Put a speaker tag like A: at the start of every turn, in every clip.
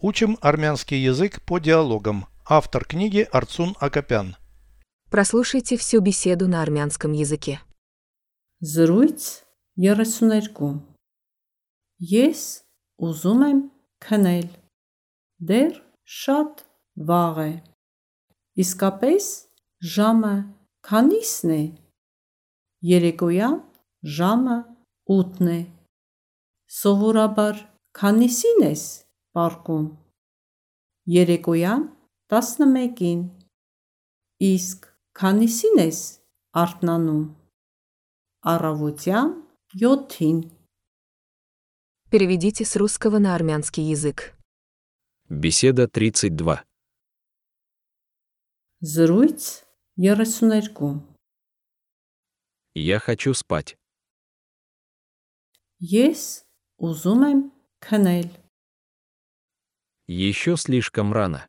A: Учим армянский язык по диалогам. Автор книги Арцун Акопян.
B: Прослушайте всю беседу на армянском языке.
C: Զրույց 32 Ես ուզում եմ քնել։ Դեռ շատ վաղ է։ Իսկապես ժամը քանիսն է։ Երեկոյան ժամը 8-ն է։ Սովորաբար քանիսին ես պարկում։ Երեկոյան 11-ին։ Իսկ քանիսին ես արթնանում։ Առավոտյան 7-ին։
B: Переведите с русского на армянский язык.
D: Беседа 32.
C: Զրույց 32
D: Я хочу спать.
C: Ես ուզում եմ քնել։
D: Еще слишком рано.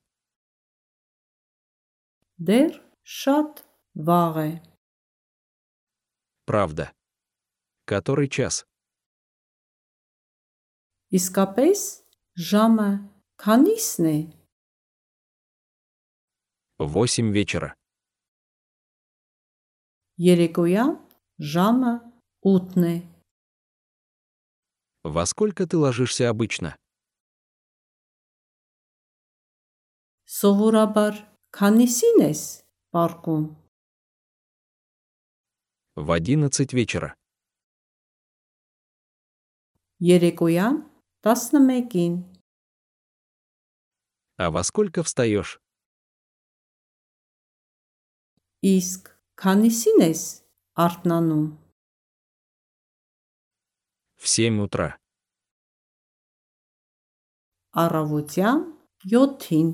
C: Դեռ շատ վաղ է։
D: Правда. Который час?
C: Իսկապես ժամը քանիսն է։
D: Восемь вечера.
C: Երեկոյան ժամը 8-ն է։
D: Во сколько ты ложишься обычно?
C: Սովորաբար քանիսին ես պարկում։
D: В одиннадцать вечера.
C: Երեկոյան 11-ին։
D: А во сколько встаешь?
C: Իսկ քանիսին ես արթնանում։
D: В семь утра.
C: Առավոտյան 7-ին։